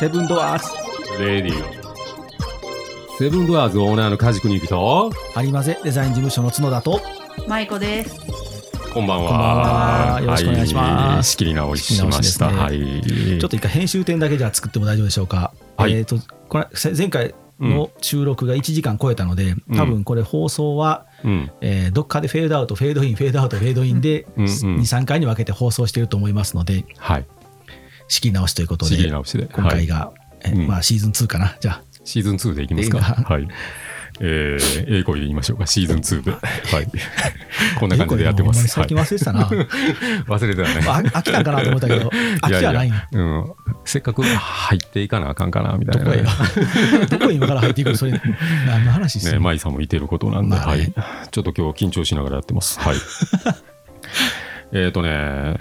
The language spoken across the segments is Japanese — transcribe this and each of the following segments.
セブンドアーズレディオ。セブンドアーズオーナーの梶君に行くと、有馬瀬デザイン事務所の角田とマイコです。こんばんは。こんばんはよろしくお願いしますは仕切り直ししました。仕切り直はい。ちょっと一回編集点だけじゃあ作っても大丈夫でしょうか、はいえー、とこれせ前回の収録が1時間超えたので、うん多分これ放送は、うん。えーどっかでフェードアウトフェードインフェードアウトフェードインでうんうん23回に分けて放送していると思いますのではい。仕切り直しということ仕切りで直しで。今回はい、が、えうんまあ、シーズン2かなじゃあシーズン2でいきますか。でいいかはい。えー、英語で言いましょうか。シーズン2で。はい。 こんな感じでやってます。最近はい忘れてたな、忘れてたね。あ飽きたんかなと思った けど飽きてはないんやうん、せっかく入っていかなあかんかなみたどいこな へね。どこへ今から入っていくのそれ何の話してね、るのマイさんもいてることなんで、まあはねい。ちょっと今日緊張しながらやってます。 はい。えっとね、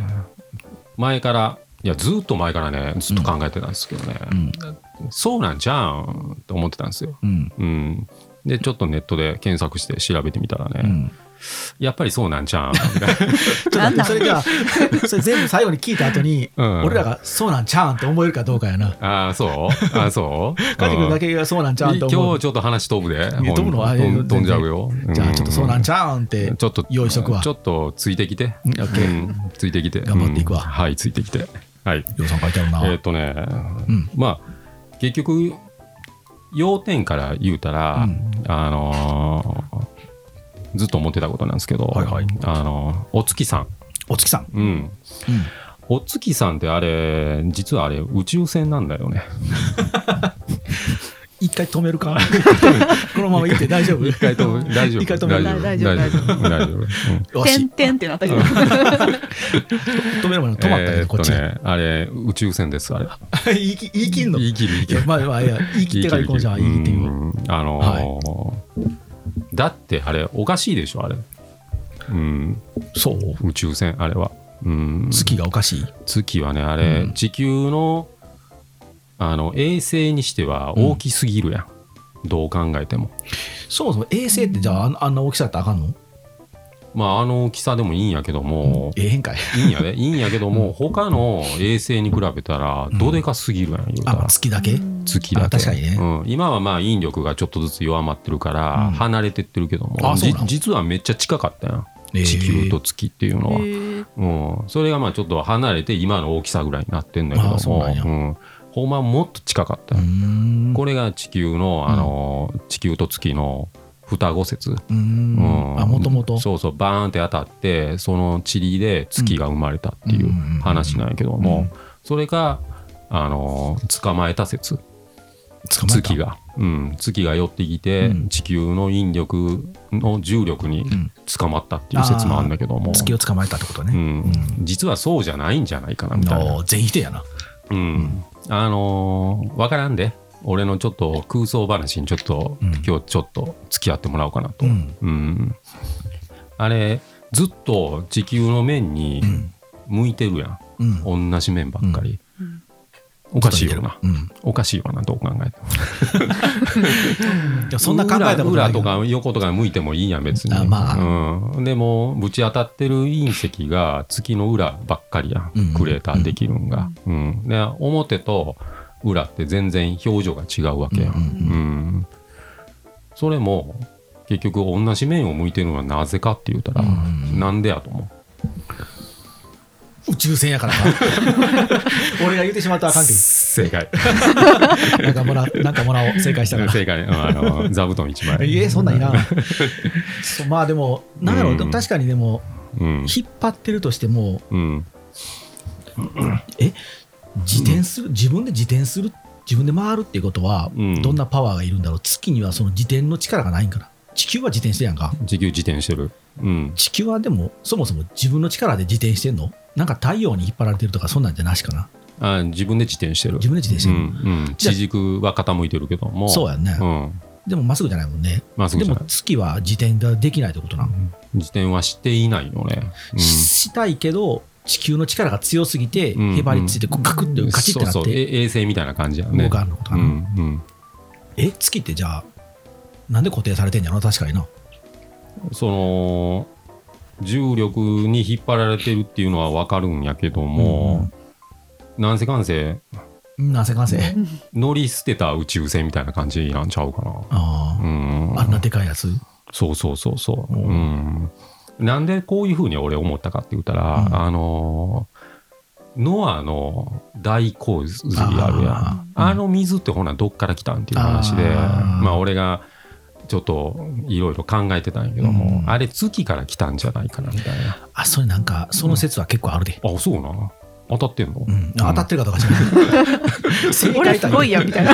前から、いや、ずっと前からね、ずっと考えてたんですけどね、うんそうなんじゃんって思ってたんですよ。うんうん。で、ちょっとネットで検索して調べてみたらね、うんやっぱりそうなんじゃんみたい な。ちょっと待ってそれじゃあそれ全部最後に聞いた後に、うん俺らがそうなんちゃうんって思えるかどうかやな。ああ、そうああ、そう カジ君うんだけがそうなんちゃうんと今日ち思ょう。っと話飛ぶで。いや飛ぶのあれほん飛んじゃうよ。じゃあちょっとそうなんちゃうんってちょっと用意しとくわ。ちょっとついてきて。うんオッケーうんついてきて。頑張っていくわうんはい、ついてきて。はい。ようさん書いてあるな。えっとね、うんまあ、結局、要点から言うたうらん、あのー、ずっと思ってたことなんですけど、はいはいあのーお月さん。お月さん。うん。うんお月さんってあれ、実はあれ、宇宙船なんだよね。一回止める かこのまま行って大丈夫一回と大丈夫。一回止める大大丈丈夫。大丈夫。夫大丈夫。うんよてんしてんってなったけど。止める前 に止 まったけえどーこっちとね、あれ、宇宙船です、あれ。言い切言い切んの言いい切る、言い切やる。まあまあいや言い切ってから行こうじゃあ言い切ってうよ。んあのーだって、あれ、おかしいでしょ、あれ。うん、そう宇宙船、あれは。うん、月がおかしい。月はね、あれ、うん地球のあの衛星にしては大きすぎるやん。どう考えても。そもそも衛星ってじゃああんあんな大きさだったらあかんのまあ、あの大きさでもいいんやけども、ええへんかい。いいんやで、いいんやけ ども、他の衛星に比べたら、どでかすぎるやん、言うたあら。月だけ月だけあ確かにねうん、今はまあ引力がちょっとずつ弱まってるからうん離れてってるけども、あそうじなの実はめっちゃ近かったやん、えー地球と月っていうのは、ーうん、それがまあちょっと離れて今の大きさぐらいになってんだけどあそうもなんやんほんまはもっと近かったうやん、んこれが地球の、あの地球と月の双子説うーんうんあもともとそうそうバーンって当たってその塵で月が生まれたっていう話なんやけども、うんそれがあの捕まえた説捕まえた月が、うん、月が寄ってきて、うん地球の引力の重力にん捕まったっていう説もあるんだけども、月を捕まえたってことうね、ん、実はそうじゃないんじゃないかなみたいな、の全否定やなうん、あのー、分からんで俺のちょっと空想話にちょっと、うん今日ちょっと付き合ってもらおうかなと、んうんあれずっと地球の面にうん向いてるやうんん、同じ面ばっかり、うんおかしいよなうんおかしいよなどう考えてもでもそんな考えたことない裏裏けどとか横とか向いてもいいやん別にあまうん、でもぶち当たってる隕石が月の裏ばっかりやん、うんクレーターできるんが、うんで表と裏って全然表情が違うわけやん、うんうんそれも結局同じ面を向いてるのはなぜかって言うたら、うんなんでやと思う宇宙船やから な俺が言ってしまったらあかんけ 正解どなんかもらなんかもらおう正解したから正解 ね、うんあの座布団一枚いえそんなんいらんそうまあでもなんだろううんでも確かにでもうん、引っ張ってるとしてもうん、自転する自分で自転する自分で回るっていうことはうんどんなパワーがいるんだろう月にはその自転の力がないんかな地球は自転してるやんか自給自転してるうん地球はでもそもそも自分の力で自転してんのなんか太陽に引っ張られてるとかそんなんじゃなしかなあ自分で自転してる自分で自転してる、うんうん、じゃあ地軸は傾いてるけどもそうやんね、うん、でもまっすぐじゃないもんねまっすぐでじゃもない月は自転ができないってことなの、自転はしていないよね、うん、したいけど地球の力が強すぎてうんへばりついてこうガクッとカチッてなってそうそうえ衛星みたいな感じやね動かんのことうかんな、うん、え月ってじゃあなんで固定されてんやろ確かになその重力に引っ張られてるっていうのは分かるんやけども、なんせかんせうん、なんせかんせ。乗り捨てた宇宙船みたいな感じなんちゃうかな。あうあ、ん、あんなでかいやつ。そうそうそうそう、おううん、なんでこういうふうに俺思ったかって言ったら、うんあのーノアの大洪水あるやんあ,、あーうんの水ってほなどっから来たんっていう話であーまあ俺がちょっといろいろ考えてたんやけどうも、んあれ月から来たんじゃないかなみたいなあ、それなんか、その説は結構あるで。あそうな当たってんの、うん、当たってるかどうか知らない。正俺解すだごいよみたいな。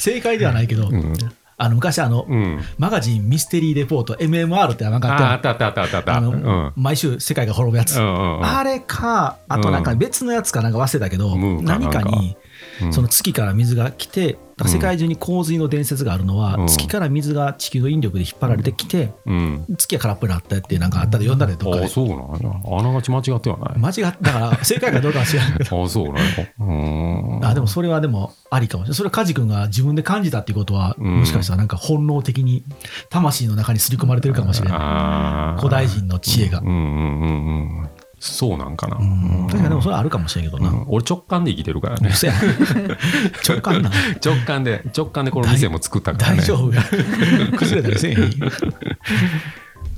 正解ではないけど、うんあの昔あの、うん、マガジンミステリーレポート MMR ってなんかあったああやっんたあったあったあったあったあうんの、うんうん毎週世界が滅ぶやつ、うんあれかあとなんか別のやつかなんか忘れたけど、うん何かにうんその月から水が来てだから世界中に洪水の伝説があるのは、うん月から水が地球の引力で引っ張られてきて、うん月が空っぽになったってなんかあったで読んだでどっかあでそうなんやあながち間違ってはない間違っただから正解かどうかは知らんけどあそうなの。うーんあでもそれはでもありかもしれないそれは梶君が自分で感じたっていうことは、もしかしたらなんか本能的に魂の中に刷り込まれてるかもしれないあー古代人の知恵がう、んうんうんうん。そうなんかな。うん、確かにでもそれは。はあるかもしれんけどうな、ん俺直感で生きてるから ね。嘘や直 感な直感で、直感でこの店も作ったから大ね。丈夫や崩れたりせえへん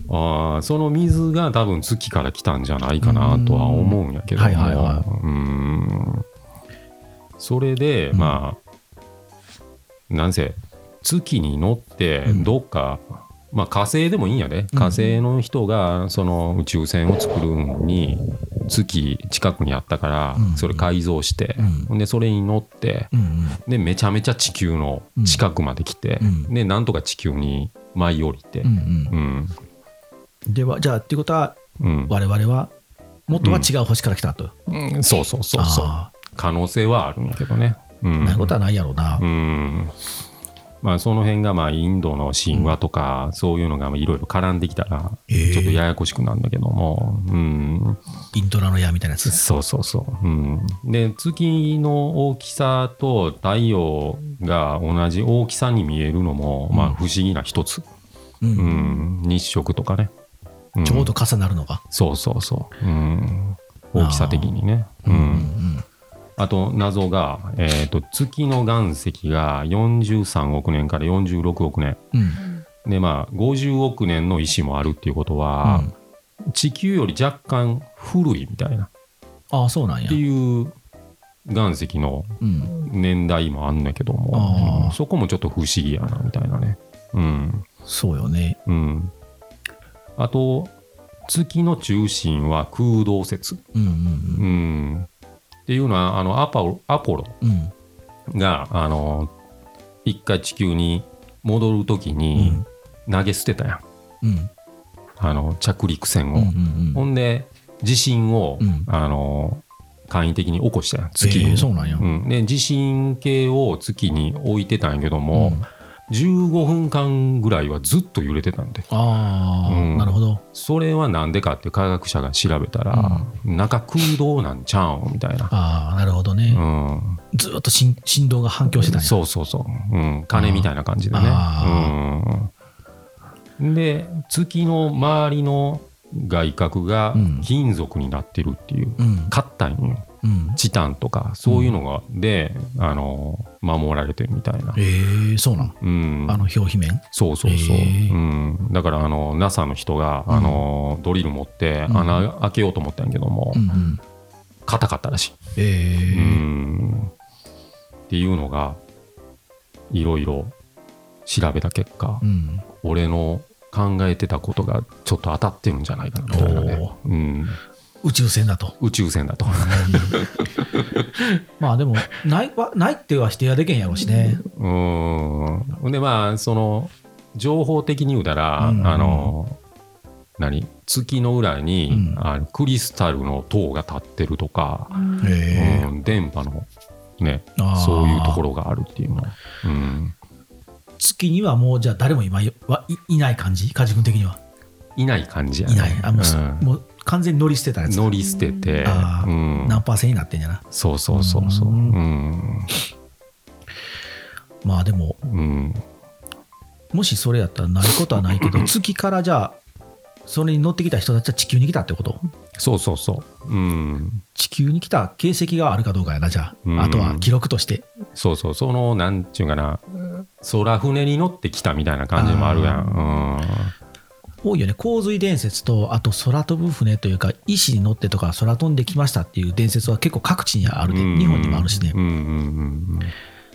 あーその水が多分月から来たんじゃないかなとは思うんやけども。うんはいはいはうーん。それで、うんまあ、なんせ、月に乗って、うんどっか、まあ火星でもいいんやで、うん火星の人がその宇宙船を作るのに、月近くにあったからう、んそれ改造して、うで、それに乗って、うんうんで、めちゃめちゃ地球の近くまで来て、うんで、なんとか地球に舞い降りて、うんうん。うんではじゃあっていうことはうん我々は元は違う星から来たと、うんそうそうそうそうあ可能性はあるんだけどね。うーん、なることはないやろうな、うんまあ、その辺がまあインドの神話とかそういうのがまあいろいろ絡んできたらえーちょっとややこしくなるんだけども、うん、インドラの矢みたいなやつそうそうそう、うん、で月の大きさと太陽が同じ大きさに見えるのもまあ不思議な一つ、ううんん、日食とかね、うんちょうど重なるのが、そうそうそう、うん、大きさ的にね、うん、あと謎が、えー、と月の岩石が43億年から46億年うんうんでまあ50億年の石もあるっていうことは、地球より若干古いみたいなっああそうなんやていう岩石のうん年代もあんだけどあも、ーうんそこもちょっと不思議やなみたいなねうんそうよねうんあと月の中心は空洞説、うんうん、っていうのはあのアパロアポロうんうんうんが、あの一回地球に戻るときに投げ捨てたやん、うんあの着陸船うんうを、んほんで地震を、うんあの簡易的に起こしたやん月に、えーそうなんや、うん、で地震計を月に置いてたんやけども、うん15分間ぐらいはずっと揺れてたんでああ、うんなるほどそれはなんでかって科学者が調べたら、中空洞なんちゃうんみたいな、ああなるほどね、うん、ずーっと振振動が反響してたんや。そうそうそう、うん、鐘みたいな感じでねあ、うん、で月の周りの外角がうん金属になってるっていう、うん。硬いんようん。チタンとかそういうのが、であの守られてるみたいなえ、ー、そうなん。うん、あの表皮面。そうそうそう、へえうん、だからあの NASA の人が、うんあのドリル持ってうん穴開けようと思ったんやけども、うんうん。硬かったらしいえうー、んっていうのがいろいろ調べた結果、うん。俺の考えてたことがちょっと当たってるんじゃないかなみたいなね、うん、宇宙船だと。宇宙 船だとまあでも、ないわないっては否定はできへんやろうしね。うんでまあその情報的に言うたら、うんあの何月の裏に、うんあのクリスタルの塔が立ってるとか、えうん電波のねー、あーそういうところがあるっていうの、うん、月にはもうじゃあ誰も今はいいない感じ梶君的にはいない感じやねいないあもう,、うんもう完全に乗り捨てたやつ乗り捨てて、あーうん、何パーセンになってんやなそうそうそうそう、ううんまあでもうん、 もしそれやったらないことはないけど月からじゃあそれに乗ってきた人たちは地球に来たってことそうそうそう。うん。地球に来た形跡があるかどうかやなじゃうんああとは記録としてそうそう。その、なんちゅうかな、空船に乗ってきたみたいな感じもあるやん。多いよね洪水伝説とあと空飛ぶ船というか石に乗ってとか空飛んできましたっていう伝説は結構各地にあるうでん。日本にもあるしねうんうんうんうん。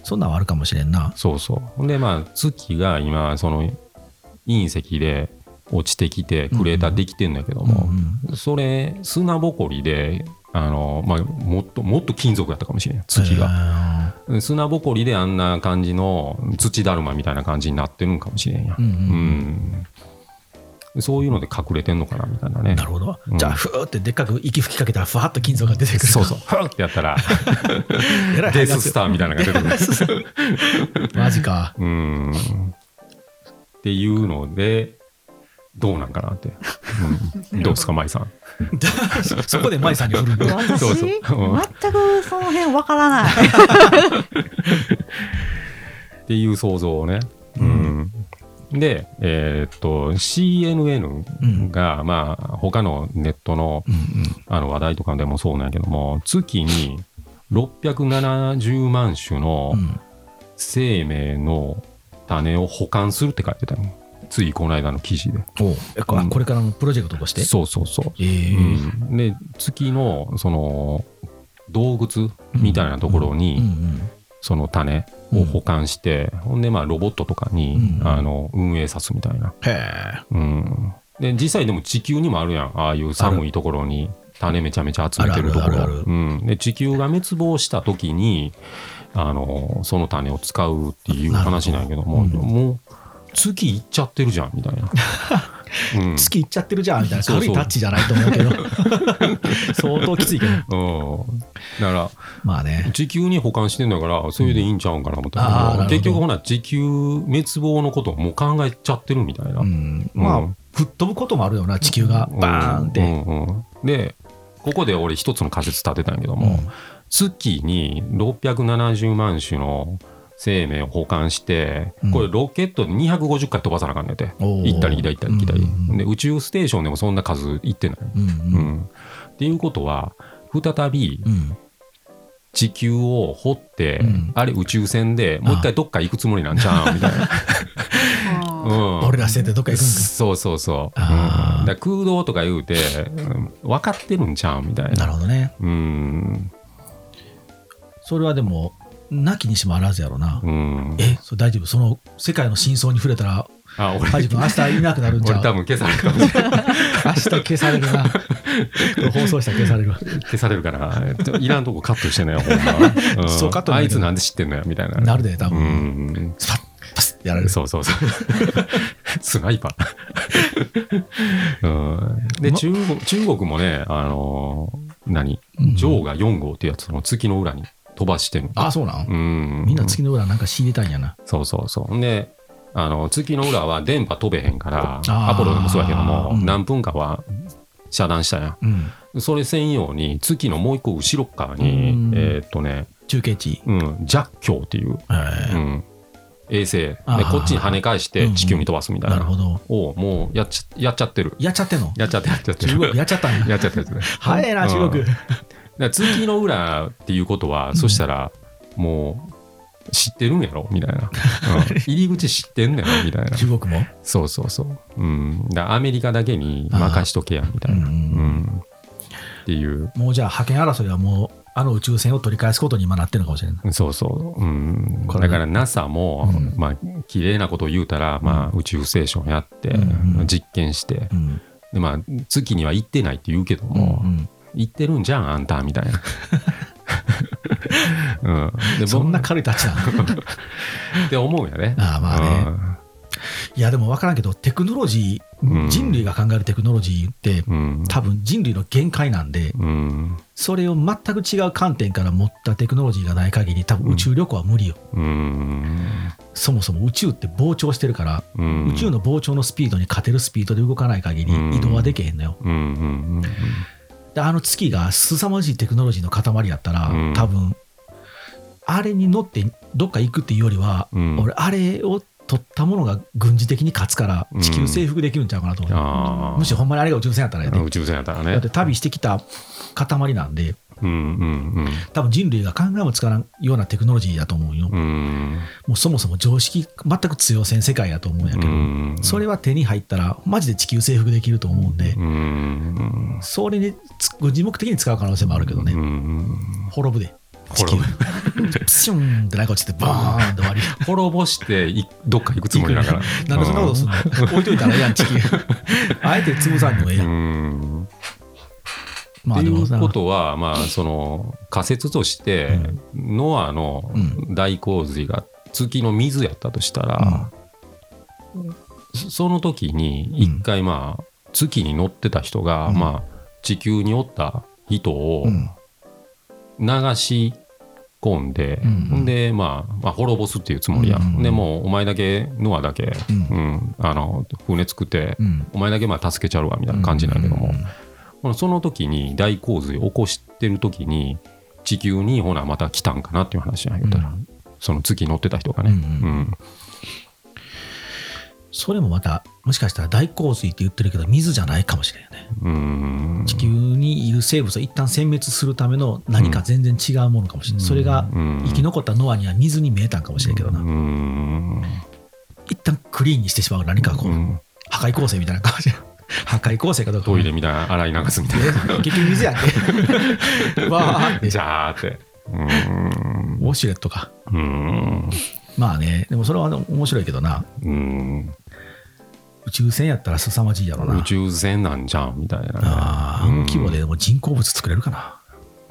そんなんはあるかもしれんなそうそう。ほんで、まあ、月が今、その、隕石で落ちてきて、クレーターできてんだけども、うんそれ、砂ぼこりで、あの、まあ、もっと、もっと金属やったかもしれない、月が。が砂ぼこりであんな感じの土だるまみたいな感じになってるんかもしれんや、うんうんうんうんそういうので隠れてんのかなみたいなねなるほど、うんじゃあふーってでっかく息吹きかけたらふわっと金属が出てくるそうそうふんってや ったらえらいデススターみたいなのが出て くるーマジかうんっていうのでどうなんかなって、うん、どうですか舞さんそ こで舞さんに振るんだ私そうそううん全くその辺わからない。っていう想像をね、うんで、えーっと CNN が、まあ他のネットのうんうんあの話題とかでもそうなんやけども月に670万種のうん生命の種を保管するって書いてたよついこの間の記事でおうえこうんこれからのプロジェクトとしてそうそうそう、えーうん、で月のその動物みたいなところに、うんうんその種を保管して、ほんでまあロボットとかに、うんあの運営さすみたいな、へえうん、で実際でも地球にもあるやんああいう寒いところに種めちゃめちゃ集めてるとこあるあるあるろあるうんで地球が滅亡した時にあのその種を使うっていう話なんやけどもなるほどもう月行っちゃってるじゃんみたい な、うん月いっちゃってるじゃんみたいなそうそ軽ういタッチじゃないと思うけ ど相当きついけどうん、だかまあらね地球に保管してんだからそれでいいんちゃうんかなと思ったけどうんあーなるほど結局ほな地球滅亡のことをもう考えちゃってるみたいな、うんまあうん吹っ飛ぶこともあるよな地球がバーンっうてんうんうんでここで俺一つの仮説立てたんやけども、うん月に670万種の生命を保管して、うんこれロケットで250回飛ばさなあかんねんておー行ったり来たり行ったり来たり、うんうんうんで宇宙ステーションでもそんな数行ってない、うんうんうんっていうことは再びうん地球を掘って、うんあれ宇宙船でもう一回どっか行くつもりなんちゃうんみたいな、ううんん、俺らしててどっか行くんかそうそうそう、うん、だあーから空洞とか言うて、うん分かってるんちゃうみたいななるほどねうんそれはでもなきにしもあらずやろなうんえそれ大丈夫その世界の真相に触れたらあ俺カジ君明日いなくなるんじゃ俺う多分消されるかもしれない明日消されるな。これ放送したら消されるわ。消されるからちょいらんとこカットしてね ほんま、んそうカットなんあだいつなんで知ってんのよみたいななるで、多う分。んスパッ、パスってやられる。そうそう そうスナイパー、うん、でま中国中国もねあのー何うんジョーが4号っていうやつの月の裏に飛ばしてるあ、そうなんうんみんな月の裏なんか仕入れたんやな。そうそうそう。ほんで、あの月の裏は電波飛べへんから、ーアポロでもそうやけども、うん何分かは遮断したやうん。ん。それ専用に、月のもう一個後ろっ側うんに、えーっとね、中継地。うん、ジャッキョウっていう、えうーん、衛星で、あーこっちに跳ね返してうん地球に飛ばすみたいなるなほ。ど。を、もうやっちゃやっちゃってる。やっちゃってんのやっちゃってる、やっちゃってる。中国やっちゃったんや。やっちゃってるやつね。早いな、中う国ん。だから月の裏っていうことは、そしたらもう知ってるんやろみたいな、うん 入り口知ってんねやろみたいな中国もそうそうそう、うん、だからアメリカだけに任しとけやみたいな、ううんんうんっていうもうじゃあ覇権争いはもう、あの宇宙船を取り返すことに今なってるのかもしれない。そうそう、うん、これだから NASA も、うんまあ綺麗なことを言うたら、まあ、宇宙ステーションやって、うんうん実験してうん。で、まあ、月には行ってないって言うけどうんも、うん行ってるんじゃんあんたみたいな。 うん、でそんな軽いタッチな のって思うよね。ああまあね。いや、でも分からんけど、テクノロジうー、ん人類が考えるテクノロジーって、うん。多分人類の限界なんで、うん。それを全く違う観点から持ったテクノロジーがない限り多分宇宙旅行は無理よ、うん。そもそも宇宙って膨張してるから、うん宇宙の膨張のスピードに勝てるスピードで動かない限うんり移動はできへんのよ、うんうんであの月が凄まじいテクノロジーの塊やったら、うん多分あれに乗ってどっか行くっていうよりは、うん俺あれを取ったものが軍事的に勝つから地球征服できるんちゃうかなと思う、あむしろほんまにあれが宇宙船やったらやあ、で、宇宙船やったらだねって。旅してきた塊なんでうんうん多分人類が考えもつかないようなテクノロジーだと思うよ、うん。うん。もうそもそも常識全く通用せん世界やと思うんやけうど、ん。それは手に入ったらマジで地球征服できると思うんで、うん。それにつ軍事目的に使う可能性もあるけどね、うん。滅ぶで地球滅 シュンってなんか落ちてバーンって終わり滅ぼしてい、どっか行くつもりだから。 なんでそんなことすんの置いといたらええやん地 球あえて潰さんでもええや、うんん。まっあてでいもうことは、まあ、その仮説として、ノアの大洪水が月の水やったとしたら、そその時に一回、まあ、月に乗ってた人が、うんまあ、地球におった人をうん流し込んで、うんほんで、まあ、まあ、滅ぼすっていうつもりや、うんうんうんでもうお前だけノアだけ、ううんんあの船作って、うんお前だけまあ助けちゃうわみたいな感じなんやけども、うんほなその時に大洪水起こしてる時に地球にほなまた来たんかなっていう話じゃない言ったら、うんその月に乗ってた人がね、うんううんそれもまたもしかしたら大洪水って言ってるけど水じゃないかもしれないねうん地球にいる生物を一旦殲滅するための何か全然違うものかもしれない、それがうん生き残ったノアには水に見えたんかもしれんけどな、うん一旦クリーンにしてしまう何かこう、うん破壊構成みたいな感じ破壊構成かどうかトイレみたいな洗い流すみたいえ結局水やん けわーっなてじゃーってうんウォシュレットかうんまあねでもそれは面白いけどなうん宇宙船やったら凄まじいやろな宇宙船なんじゃんみたいなねあーあの規模でもう人工物作れるかな、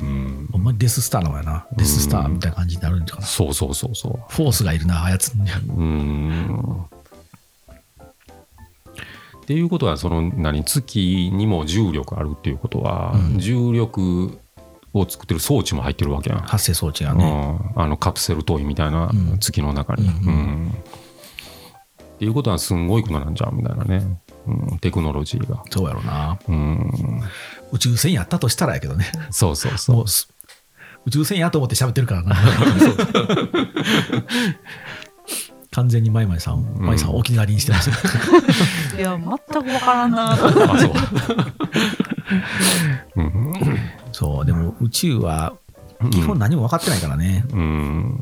うんほんまにデススターの前やなデススターみたいな感じになるんじゃかな、そうそうそうそフォースがいるなああやつにううんっていうことはその何月にも重力あるっていうことは、うん重力を作ってる装置も入ってるわけやん、発生装置がね、うんあのカプセルトイみたいなうん月の中に、うんうんっていうことはすんごいことなんじゃんみたいなね、うん、テクノロジーが、そうやろなうん、宇宙船やったとしたらやけどねそうそうそうもうす宇宙船やと思って喋ってるからな完全にマイマイさん、マイさんを置き去りにしてましたいや、全くわからなあそううんそうでも宇宙は基本何も分かってないからねうん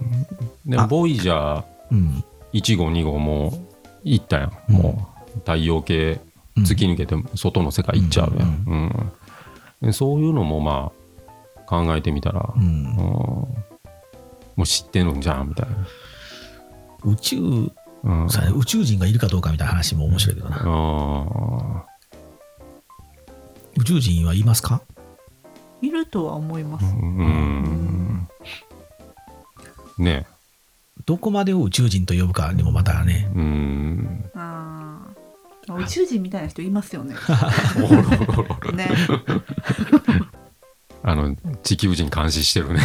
であもボイジャーうん、 1号2号も行ったやん、うんもう太陽系うん突き抜けて外の世界行っちゃうやん、うんでそういうのもまあ考えてみたら、ううんん、もう知ってるんじゃんみたい宇宙な、うん、そうやね宇宙人がいるかどうかみたいな話も面白いけどなあ宇宙人はいますかい。いるとは思いますー。うんねどこまでを宇宙人と呼ぶかにもまたね えうんあー宇宙人みたいな人いますよね。ね。あの地球人監視してるね、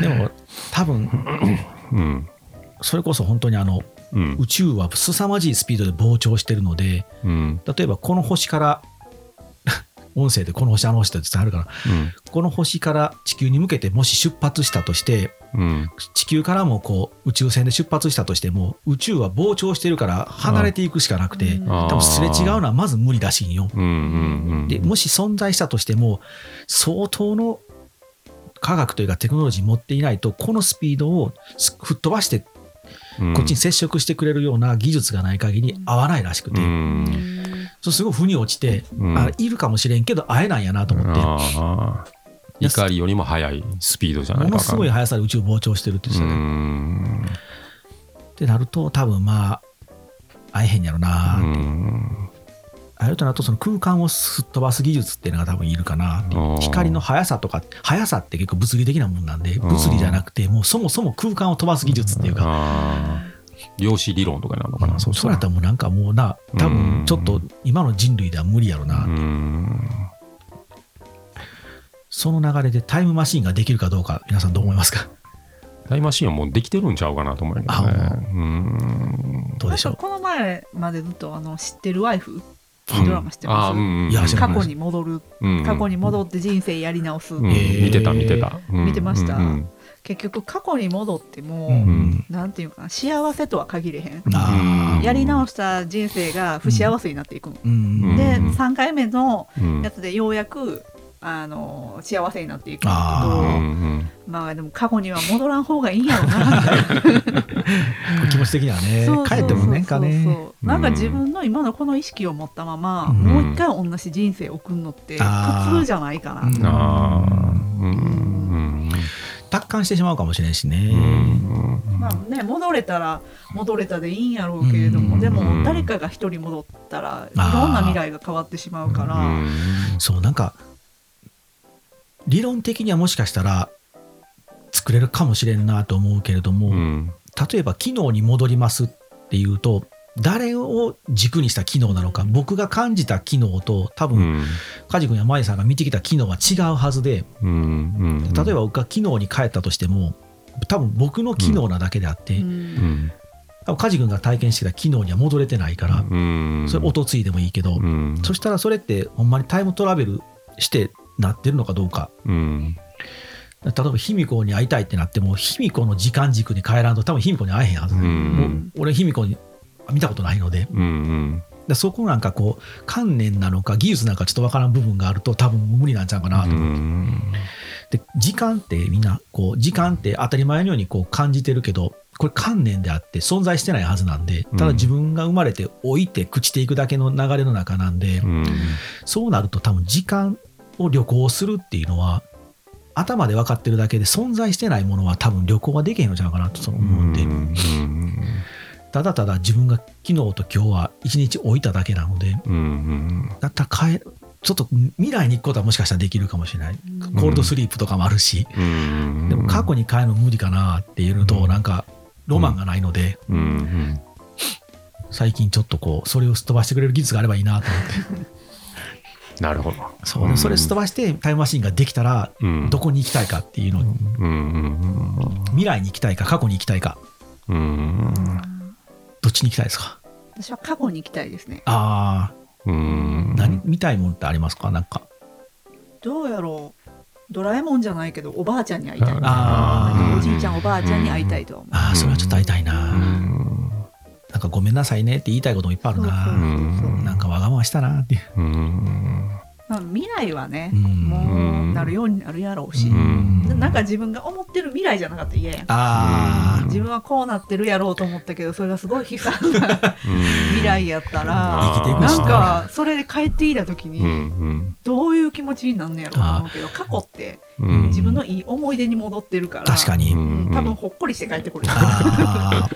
でも多分うんそれこそ本当にあのうん宇宙は凄まじいスピードで膨張してるのでうん例えばこの星から 音声でこの星あの星って伝わるからこの星から地球に向けてもし出発したとしてうん地球からもこう宇宙船で出発したとしても宇宙は膨張してるから離れていくしかなくてうんあー多分すれ違うのはまず無理らしいんよ。うんうんうんでもし存在したとしても相当の科学というかテクノロジー持っていないとこのスピードをす吹っ飛ばしてうんこっちに接触してくれるような技術がない限り合わないらしくて、うんそうすごい腑に落ちて、うんあいるかもしれんけど会えないんやなと思って、ああや怒りよりも速いスピードじゃないもかのすごい速さで宇宙膨張してるって言ってうーたねんってなると多分まあ会えへんやろうな、ん会えるとなるとその空間をすっ飛ばす技術っていうのが多分いるかなっていうあー光の速さとか速さって結構物理的なもんなんで物理じゃなくてもうそもそも空間を飛ばす技術っていうかあー量子理論とかになるのかまなあそうそうやったらもうなんかもうな多分ちょっと今の人類では無理やろな、うーんその流れでタイムマシーンができるかどうか皆さんどう思いますかタイムマシンはもうできてるんちゃうかなと思うけどねあうーんどうでなんしょかうこの前までずっとあの知ってるワイフドラマ知ってあまーうんうんすいや知ら過去に戻るうん過去に戻って人生やり直すうんえー見てた見てた見てましたうん結局過去に戻っても、うんなんていうかな幸せとは限れへん、あうーんやり直した人生が不幸せになっていくの、うんうんでうん3回目のうんやつでようやくあの幸せになっていくんうあだんけどまあでも過去には戻らん方がいいんやろ うな気持ち的にはねそうそう帰ってもなんかそうねそうなんか自分の今のこの意識を持ったまま、うんもう一回同じ人生を送るのってあー普通じゃないかな、うんうんあーうんうん達観してしまうかもしれんしうんねうんまあね、戻れたら戻れたでいいんやろうけれども、うんでうんも誰かが一人戻ったらいあーろんな未来が変わってしまうから、そうなんか理論的にはもしかしたら作れるかもしれんなと思うけれども、うん例えば機能に戻りますっていうと誰を軸にした機能なのか僕が感じた機能と多う分ん梶君や舞さんが見てきた機能は違うはずでうんうん例えば僕が機能に変えたとしても多分僕の機能なだけであって、うんうん多分梶君が体験してきた機能には戻れてないから、うんそれ音ついでもいいけど、うんそしたらそれってほんまにタイムトラベルしてなってるのかどうかうん例えば卑弥呼に会いたいってなっても卑弥呼の時間軸に帰らんと多分卑弥呼に会えへんはず、うんもう俺卑弥呼に見たことないのでうんでそこなんかこう観念なのか技術なんかちょっとわからん部分があると多分無理なんちゃうかなと、うんで時間ってみんなこう時間って当たり前のようにこう感じてるけどこれ観念であって存在してないはずなんでたうんだ自分が生まれて老いて朽ちていくだけの流れの中なんで、うんそうなると多分時間を旅行するっていうのは頭で分かってるだけで存在してないものは多分旅行はできへんのちゃうかなとその思うんで、ただただ自分が昨日と今日は一日置いただけなのでうんだったら変えちょっと未来に行くことはもしかしたらできるかもしれない、うんコールドスリープとかもあるし、うんでも過去に変えるの無理かなっていうのうとんなんかロマンがないので、うん最近ちょっとこうそれをすっ飛ばしてくれる技術があればいいなと思ってなるほどそうねそれすっ飛ばしてタイムマシンができたらうんどこに行きたいかっていうのにうん未来に行きたいか過去に行きたいかうんうんどっちに行きたいですか私は過去に行きたいですねあうんあ何見たいもんってありますかなんかどうやろうドラえもんじゃないけどおばあちゃんに会いたいあーおじいちゃんおばあちゃんに会いたいとは思うああそれはちょっと会いたいな、うんなんかごめんなさいねって言いたいこともいっぱいあるな、そうそうそううんなんかわがまましたなっていううんまあ、未来はね、うんもうなるようになるやろうし、んでなんか自分が思ってる未来じゃなかったら嫌やんあ自分はこうなってるやろうと思ったけどそれがすごい悲惨な未来やったら生きていくなしんかかそれで帰ってきた時うにんどういう気持ちになんねやろうと思うけど過去ってうん自分のいい思い出に戻ってるかあら確かに、うん多分ほっこりして帰ってくるあ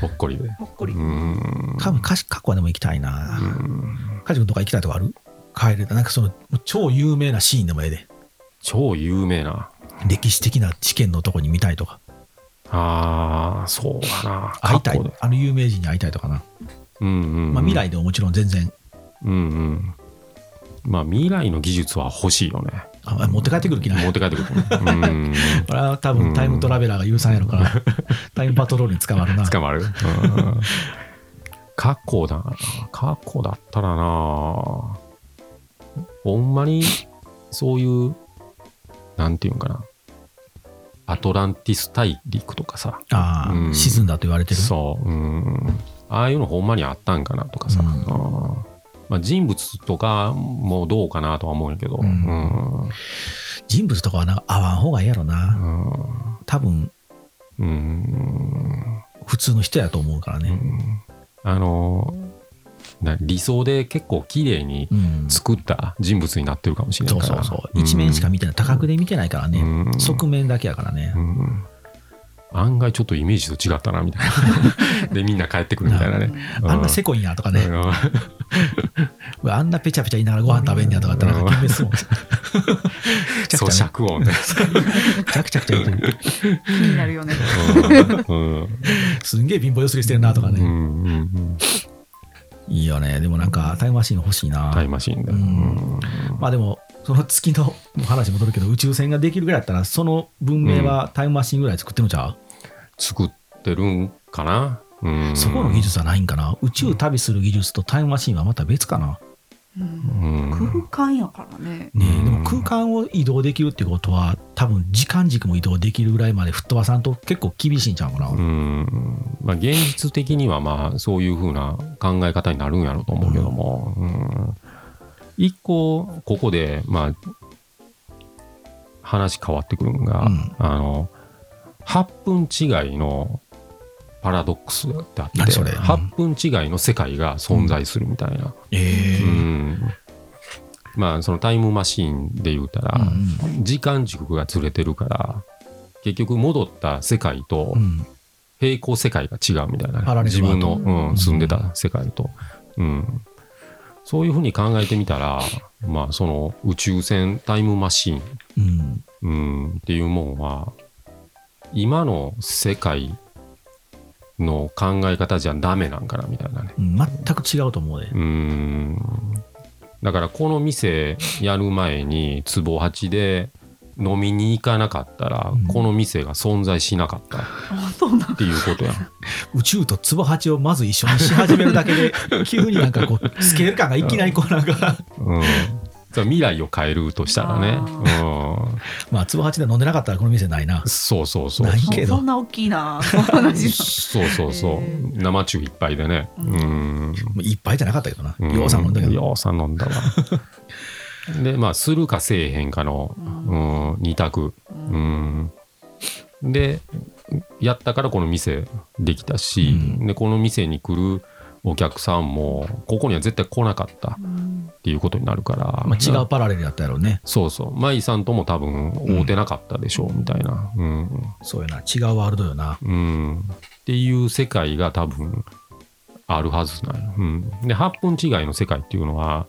ほっこりでほっこりあ多分かし過去はでも行きたいな梶君とか行きたいとこある帰れたなんかその超有名なシーンでもええで超有名な歴史的な事件のとこに見たいとかああそうかな会いたいあの有名人に会いたいとかな、うんうんまあ、未来でももちろん全然うんうんまあ未来の技術は欲しいよねあ持って帰ってくる気ない持って帰ってくる うんこれは多分タイムトラベラーが許さんやろ から、タイムパトロールに捕まるな。捕まる、うん、過去だな過去だったらなほんまにそういうなんていうんかなアトランティス大陸とかさああ、うん沈んだと言われてる。そう、うん、ああいうのほんまにあったんかなとかさ、うんうんまあ、人物とかもどうかなとは思うんやけど、うんうん人物とかはなんか合わん方がいいやろうな。ん多分、うん普通の人やと思うからうね。んあのな理想で結構綺麗にうん。そ作った人物になってるかもしれないうかそらうそう。一面しか見てない。多角で見てないからね。うん側面だけやからねう。ん案外ちょっとイメージと違ったなみたい なでみんな帰ってくるみたいなねうあんなせこいんやとかね。うあんなぺちゃぺちゃ言いながらご飯食べんねやとかってなんか決めそう。んそう 尺音でちゃくちゃくちゃ言ってる。気になるよねうんうんすんげえ貧乏ゆすりしてるなとかうね。んうんうんいいよね。でもなんかタイムマシン欲しいな。タイムマシンで、うんまあでも、その月の話戻るけど、宇宙船ができるぐらいだったら、その文明はタイムマシンぐらい作ってんのちゃう、作ってるんかな、うんそこの技術はないんかな宇宙旅する技術とタイムマシンはまた別かな、ううんん空間やからねねえうんでもうん空間を移動できるってことは多分時間軸も移動できるぐらいまで吹っ飛ばさんと結構厳しいんちゃうかな、うんまあ、現実的にはまあそういうふうな考え方になるんやろうと思うけども、うん一個ここでまあ話変わってくるのが、うんあの8分違いのパラドックスってあって何それうん8分違いの世界が存在するみたいな、えうえんまあそのタイムマシーンで言うたら、時間軸がずれてるから結局戻った世界と、うんうん平行世界が違うみたいなね、パラレル自ワール分ドの、うん、住んでた世界と、うん、そういうふうに考えてみたら、まあ、その宇宙船タイムマシーン、うんうん、っていうもんは今の世界の考え方じゃダメなんかなみたいなね、うん全く違うと思うで、うん、だからこの店やる前に壺八で飲みに行かなかったら、うんこの店が存在しなかったっあそうなんていうことやん。宇宙とツボハチをまず一緒にし始めるだけ で急になんかこうスケール感がいきなりこうなんかうん、そう未来を変えるとしたらね、う、まあツボハチで飲んでなかったらこの店ないなんそうそうそうないそうけどそんな大きいなその 話そがうそうそう、へー生中いっぱいでねううんいっぱいじゃなかったけどなうようさん飲んだけどようさん飲 んだわでまあするかせえへんかの、うん、二択うんうんでやったからこの店できたし、うでこの店に来るお客さんもここには絶対来なかったっていうことになるから、まあ、違うパラレルやったやろうねそうそう、舞さんとも多分会うてなかったでしょう、みたいな、うん、そうやな違うワールドよなうん、っていう世界が多分あるはずなんようん、で、8分違いの世界っていうのは、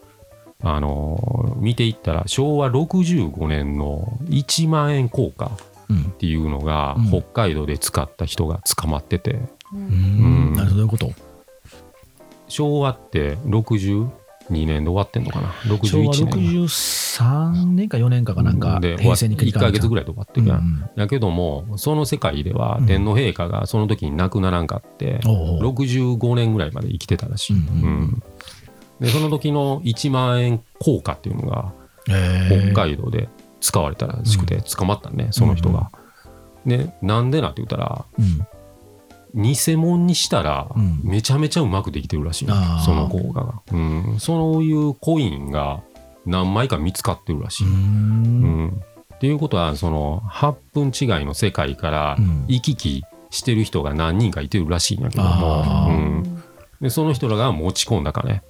あのー見ていったら昭和65年の1万円硬貨っうんていうのがうん北海道で使った人が捕まってて、ううんんなるほどどういうこと昭和って62年で終わってんのかな昭61和年63年か4年かかなんかで平成に切り替わ1ヶる月ぐらいらいで終わってるやんうんだけどもその世界ではうん天皇陛下がその時に亡くならんかって、おうおう65年ぐらいまで生きてたらしい、うんうんうんでその時の1万円硬貨っていうのがへ北ー海道で使われたらしくて捕まったね、その人が、でなんでなって言ったらうん偽物にしたらうんめちゃめちゃうまくできてるらしい、あーその硬貨が、うん、そういうコインが何枚か見つかってるらしうい、うんん、っていうことはその8分違いの世界からうん行き来してる人が何人かいてるらしいんだけどもあ、うーん、でその人らが持ち込んだ金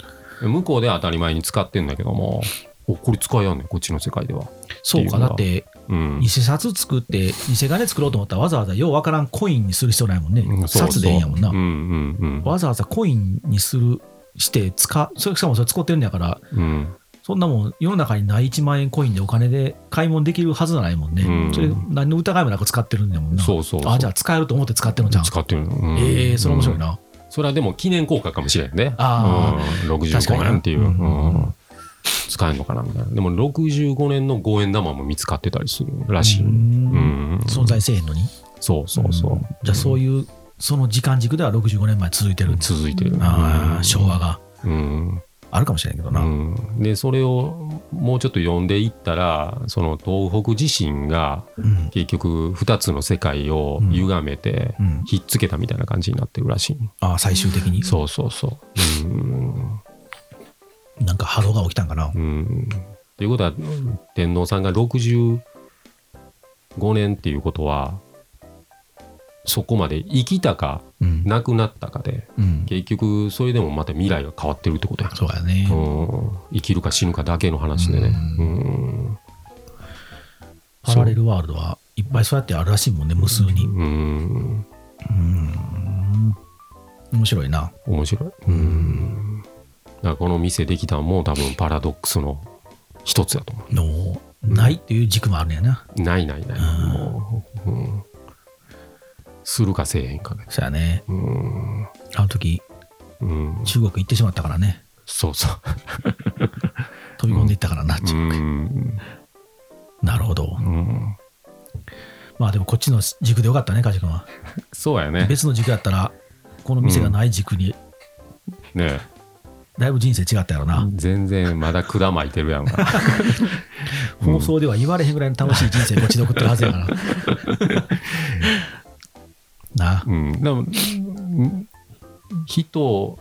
向こうで当たり前に使ってんだけどもおこれ使えやんねんこっちの世界では、そうかだってうん偽、札作って偽金作ろうと思ったらわざわざようわからんコインにする必要ないもんね、うんそうそう札でええんやもんな、うんうんわざわざコインにするして使うそれしかもそれ使ってるんやからうんうんそんなもん世の中にない1万円コインでお金で買い物できるはずないもんね、うんそれ何の疑いもなく使ってるんだもんなそうそうそうあじゃあ使えると思って使ってるのじゃん使ってるの、うんええそれ面白いな、それはでも記念硬貨かもしれんね。あうん、確かに65な円っていうう、んうんうん使えるのかなみたいな。でも65年の5円玉も見つかってたりするらしい。ううんん、存在せえへんのにそうそうそう。んじゃあそういうその時間軸では65年前続いてるんです、続いてる。あうあん昭和がうんあるかもしれんけどな、うん、でそれをもうちょっと読んでいったらその東北地震がうん結局2つの世界を歪めてうんひっつけたみたいな感じになってるらしい、ああ最終的にそうそうそううん、なんか波動が起きたんかな。うん、っていうことは天皇さんが65年っていうことはそこまで生きたかうん。亡くなったかでうん、結局それでもまた未来が変わってるってことやそうやね。うん生きるか死ぬかだけの話でね。ううんパラレルワールドはいっぱいそうやってあるらしいもんね、無数に。うんうん。面白いな。面白い。うんだからこの店できたのも多分パラドックスの一つだと思のないっていう軸もあるんやな。う。ないないない。うんもううんするかせえへんかね。そうやね。うんあの時、うん中国行ってしまったからね。そうそう。飛び込んでいったからな。 う中国んなるほどう。んまあでもこっちの軸でよかったね、カジ君は。そうやね。別の軸やったら、この店がない軸にねだいぶ人生違ったやろな、全然まだ管巻いてるやんか放送では言われへんぐらいの楽しい人生持ちで送ってるはずやから なあうん、でも人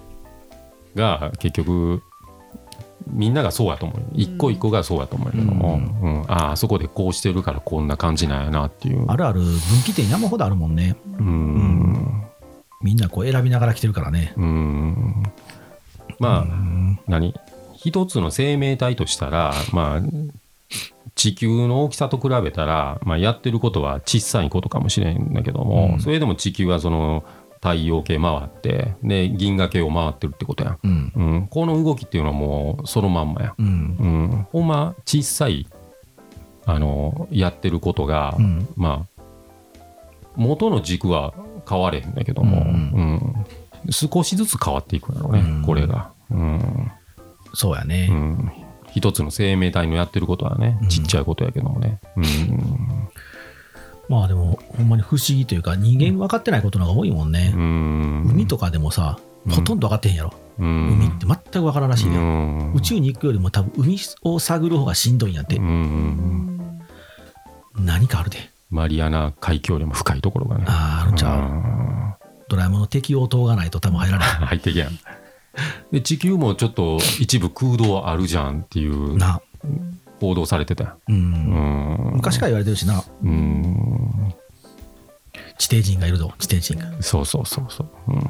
が結局みんながそうやと思う一個一個がそうやと思うけども、うんああそこでこうしてるからこんな感じなんやなっていうあるある分岐点山ほどあるもんねうんみんなこう選びながら来てるからねうんまあ、何一つの生命体としたらまあ地球の大きさと比べたら、まあ、やってることは小さいことかもしれんだけども、うんそれでも地球はその太陽系回ってで銀河系を回ってるってことやん、うんうん、この動きっていうのはもうそのまんまやん、うんうん、ほんま小さいあのやってることが、うんまあ元の軸は変われへんだけども、ううんん少しずつ変わっていくんだろうね、うんこれが、うんそうやね、うん、一つの生命体のやってることはねうんちっちゃいことやけどもね、うんまあでもほんまに不思議というか人間分かってないことの方が多いもんね、うん海とかでもさうんほとんど分かってへんやろ、うん海って全く分からんらしいね、うん宇宙に行くよりも多分海を探る方がしんどいんやってう、ん何かあるでマリアナ海峡よりも深いところがねあーあるんちゃう、うんドラえもんの適応塔がないと多分入らない入ってけやんで地球もちょっと一部空洞あるじゃんっていうな、報道されてたようんうん昔から言われてるしなうん地底人がいるぞ地底人が、そうそうそうそう、うん、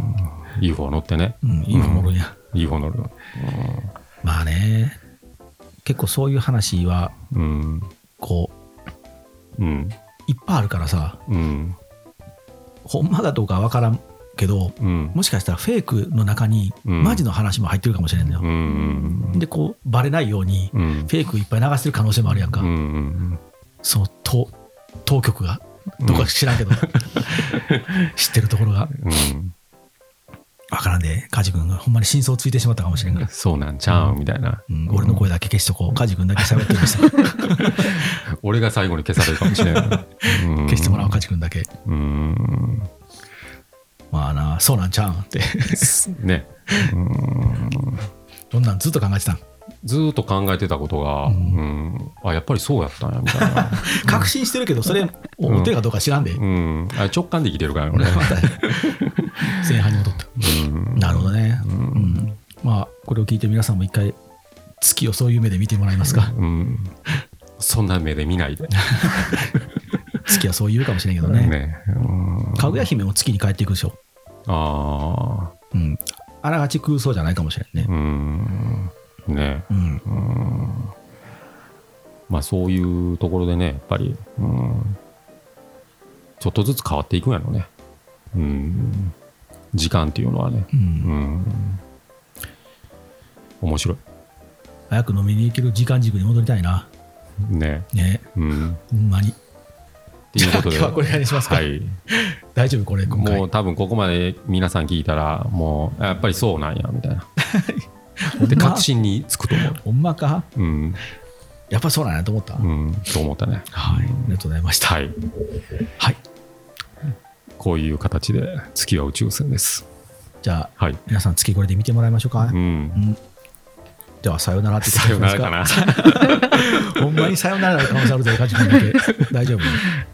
UFO 乗ってねうん、いいものや、 UFO 乗るのまあね結構そういう話はうんこううんいっぱいあるからさうんほんまかどうか分からんけどうんもしかしたらフェイクの中にうんマジの話も入ってるかもしれんのよ、うんでこうバレないようにうんうフんェイクいっぱい流してる可能性もあるやんか、うんその当当局がどこか知らん けど、知ってるところがうんわからんで梶君がほんまに真相ついてしまったかもしれんから、そうなんちゃうみたいな、うん、俺の声だけ消しとこう梶君だけ喋ってました消俺が最後に消されるか もしれない、うんしてもらおう梶君だけうんまあなそうなんちゃうんってねどんなんずっと考えてたんずーっと考えてたことが、うんあやっぱりそうやったんやみたいな、確信してるけどそれ思ってるかどうか知らんで、うん、あれ直感で生きてるからね俺俺はまた前半に戻ったうんなるほどね、うんまあこれを聞いて皆さんも一回月をそういう目で見てもらえます かうん、そんな目で見ないで月はそう言うかもしれんけどねね、うん、かぐや姫も月に帰っていくでしょ、ああうん、あながち空想じゃないかもしれんねうんねうんまあそういうところでねやっぱり、うん、ちょっとずつ変わっていくんやろうね、うん、時間っていうのはね、ううんん、面白い早く飲みに行ける時間軸に戻りたいなねねうんほんまにっていうことでじゃあ今日はこれぐらいにしますかはい大丈夫これ今回もう多分ここまで皆さん聞いたらもうやっぱりそうなんやみたいなほんでま確信につくと思うほんまかうんやっぱそうなんやと思った、うんと思ったねはいありがとうございましたはいはい、こういう形で月は宇宙船ですじゃあはい皆さん月これで見てもらいましょうか、うんうんではさようならって言っさてよきなますらかなほんまにさようならの可能性あるぜ、カジ君だ け。大丈夫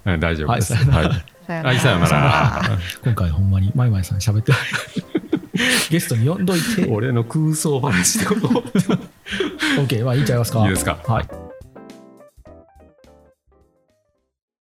うん大丈夫ですはいさよならはいはいさよなら今回ほんまに、マイマイさん喋ってない。 ゲストに呼んどいて、俺の空想話ってこと OK、まあいいんちゃいますか。いいですかはい。